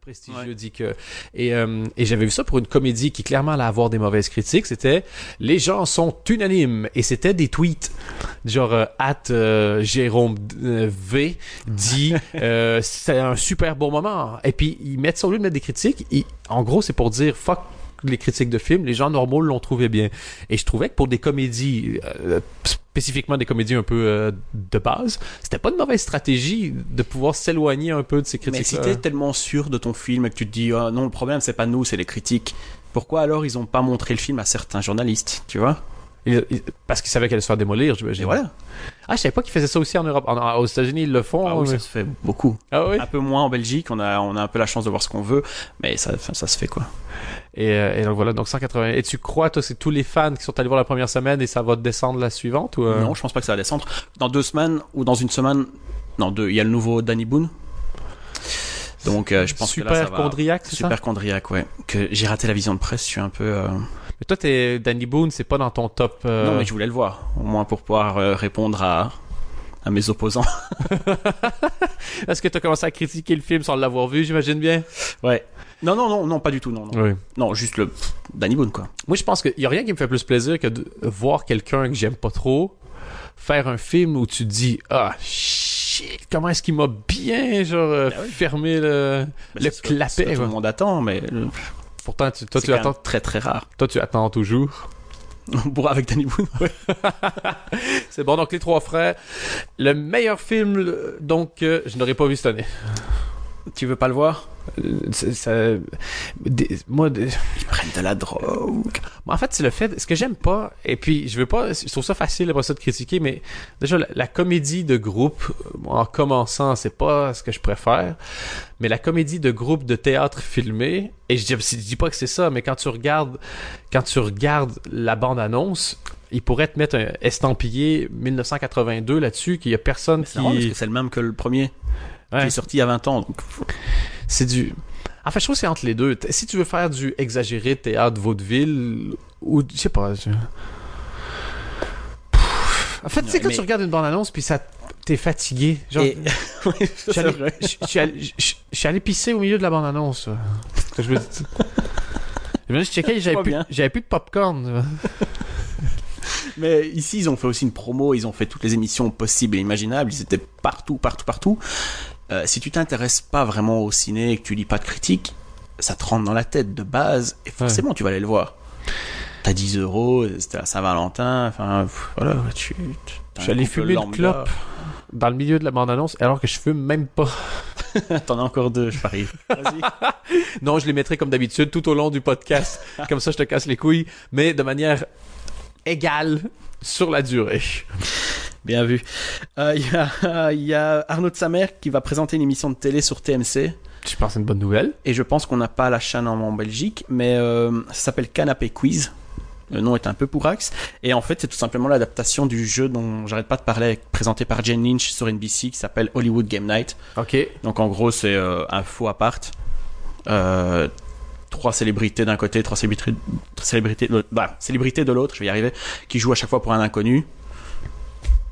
prestigieux dit que. Et, euh, et j'avais vu ça pour une comédie qui clairement allait avoir des mauvaises critiques. C'était Les gens sont unanimes. Et c'était des tweets. Genre, euh, at euh, Jérôme euh, V dit euh, C'est un super bon moment. Et puis, ils mettent ça au lieu de mettre des critiques. ils- en gros, c'est pour dire Fuck les critiques de films, les gens normaux l'ont trouvé bien. Et je trouvais que pour des comédies, euh, spécifiquement des comédies un peu euh, de base, c'était pas une mauvaise stratégie de pouvoir s'éloigner un peu de ces Mais critiques si t'es tellement sûr de ton film et que tu te dis, Ah non, le problème, c'est pas nous, c'est les critiques. Pourquoi alors ils ont pas montré le film à certains journalistes, tu vois Il- il- parce qu'ils savaient qu'elle allait se faire démolir, j'imagine. Et voilà. Ah, je savais pas qu'ils faisaient ça aussi en Europe. En- en- aux États-Unis, ils le font. Ah hein, oui, mais- ça se fait beaucoup. Ah oui? Un peu moins en Belgique, on a, on a un peu la chance de voir ce qu'on veut, mais ça, enfin, ça se fait quoi. Et, euh, et donc voilà, donc 180. Et tu crois, toi, c'est tous les fans qui sont allés voir la première semaine et ça va descendre la suivante ou, euh, Non, je pense pas que ça va descendre. Dans deux semaines ou dans une semaine, non, deux, il y a le nouveau Danny Boone. Donc euh, je pense que là, Super ça va- chondriaque, c'est ça? Super chondriaque, ouais. Que j'ai raté la vision de presse, je suis un peu. euh, Mais toi, t'es Danny Boone, c'est pas dans ton top. euh, Non, mais je voulais le voir, au moins pour pouvoir euh, répondre à, à mes opposants. Est-ce que t'as commencé à critiquer le film sans l'avoir vu, j'imagine bien? Ouais. Non, non, non, non, pas du tout, non, non. Oui. Non, juste le pff, Danny Boone, quoi. Moi, je pense qu'il y a rien qui me fait plus plaisir que de voir quelqu'un que j'aime pas trop faire un film où tu te dis ah shit comment est-ce qu'il m'a bien genre euh, Ah oui. fermé le Mais c'est ce que- le c'est ce que clapet tout quoi. le monde attend, mais le- Pourtant tu, toi c'est tu quand attends même très très rare. toi tu attends toujours. Bourre avec Danny Boone. C'est bon donc les trois frères le meilleur film le- donc que je n'aurais pas vu cette année. Tu veux pas le voir Euh, c'est- ça- des- moi des- Ils prennent de la drogue. Moi, en fait, c'est le fait, ce que j'aime pas, et puis je veux pas, je trouve ça facile après ça de critiquer, mais déjà, la, la comédie de groupe, euh, en commençant, c'est pas ce que je préfère, mais la comédie de groupe de théâtre filmé, et je, dis- je dis pas que c'est ça, mais quand tu regardes, quand tu regardes la bande-annonce, ils pourraient te mettre un estampillé 1982 là-dessus, qu'il y a personne C'est marrant parce que qui... c'est le même que le premier qui Ouais. est sorti il y a 20 ans. Donc, C'est du. En fait, je trouve que c'est entre les deux. T- Si tu veux faire du exagéré théâtre vaudeville ou je sais pas. je- Pff. En fait, tu sais Ouais, quand mais- tu regardes une bande annonce puis ça t'es fatigué. Genre, Et- Oui, ça, je suis c'est allé- vrai. je- je suis allé- je- je suis allé pisser au milieu de la bande annonce. Je veux dire- Je me dis, je checkais, j'avais vois plus, bien. j'avais plus de popcorn. Mais ici, ils ont fait aussi une promo, ils ont fait toutes les émissions possibles et imaginables, ils étaient partout, partout, partout. Euh, si tu t'intéresses pas vraiment au ciné et que tu lis pas de critiques, ça te rentre dans la tête de base et forcément tu vas aller le voir. T'as 10 euros, c'était la Saint-Valentin, enfin pff, voilà, Oh tu. tu- t'as Je un suis allé couple fumer une lambda. clope dans le milieu de la bande annonce alors que je fume même pas. T'en as encore deux, je parie. Vas-y. Non, je les mettrai comme d'habitude tout au long du podcast. comme ça, je te casse les couilles, mais de manière égale sur la durée. Bien vu. Euh, Il y a- il y, a Arnaud de Samer qui va présenter une émission de télé sur TMC. Je pense que c'est une bonne nouvelle. Et je pense qu'on n'a pas la chaîne en, en Belgique, mais euh, ça s'appelle Canapé Quiz. Le nom est un peu pourrax. Et en fait, c'est tout simplement l'adaptation du jeu dont j'arrête pas de parler, présenté par Jen Lynch sur NBC, qui s'appelle Hollywood Game Night. OK. Donc en gros, c'est euh, un faux appart. Euh, trois célébrités d'un côté, trois célébrités, célébrités, de l'autre- bah, célébrités de l'autre, je vais y arriver, qui jouent à chaque fois pour un inconnu.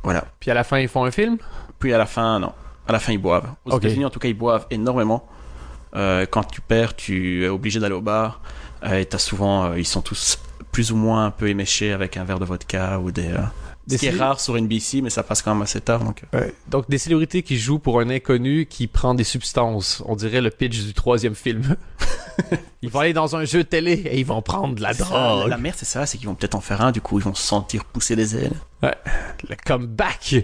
Voilà. Puis à la fin, ils font un film. Puis à la fin, non. À la fin, ils boivent. Aux Ok. États-Unis, en tout cas, ils boivent énormément. Euh, quand tu perds, tu es obligé d'aller au bar. Euh, et t'as souvent, euh, ils sont tous plus ou moins un peu éméchés avec un verre de vodka ou des. euh, Des Ce qui est célé- rare sur NBC, mais ça passe quand même assez tard. Donc, euh, Donc, des célébrités qui jouent pour un inconnu qui prend des substances. On dirait le pitch du troisième film. ils vont aller dans un jeu télé et ils vont prendre de la ça, Ah, drogue. la merde, c'est ça, c'est qu'ils vont peut-être en faire un. Du coup, ils vont se sentir pousser des ailes. le comeback.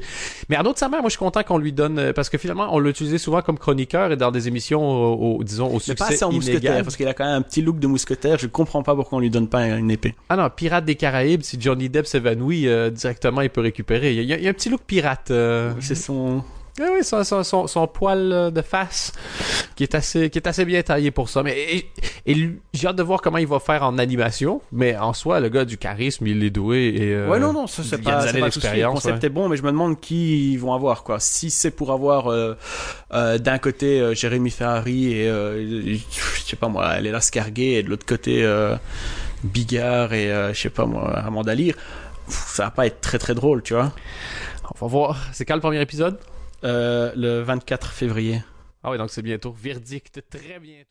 Mais Arnaud de sa mère, moi, je suis content qu'on lui donne, euh, parce que finalement, on l'utilisait souvent comme chroniqueur et dans des émissions, au, au- disons, au Mais succès pas assez en mousquetaire, inégal. parce qu'il a quand même un petit look de mousquetaire. Je comprends pas pourquoi on lui donne pas une épée. Ah non, Pirate des Caraïbes, si Johnny Depp s'évanouit, euh, directement, il peut récupérer. Il y, a, il y a un petit look pirate. euh. C'est son. Ah oui, son, son, son- son poil euh, de face qui est assez, qui est assez bien taillé pour ça. Mais et, et lui, j'ai hâte de voir comment il va faire en animation. Mais en soi, le gars du charisme, il est doué. Et, euh, Ouais, non, non, ça, c'est il y a des pas, années c'est pas tout de suite. Le d'expérience, concept est bon, mais je me demande qui ils vont avoir, quoi. Si c'est pour avoir, euh, euh, d'un côté, euh, Jérémy Ferrari et, euh, je sais pas moi, Léla Scarguet, et de l'autre côté, euh, Bigard et, euh, je sais pas moi, Amanda Lear, pff, ça va pas être très très drôle, tu vois. On va voir. C'est quand le premier épisode Euh, le 24 février. Ah oui, donc c'est bientôt. Verdict, très bientôt.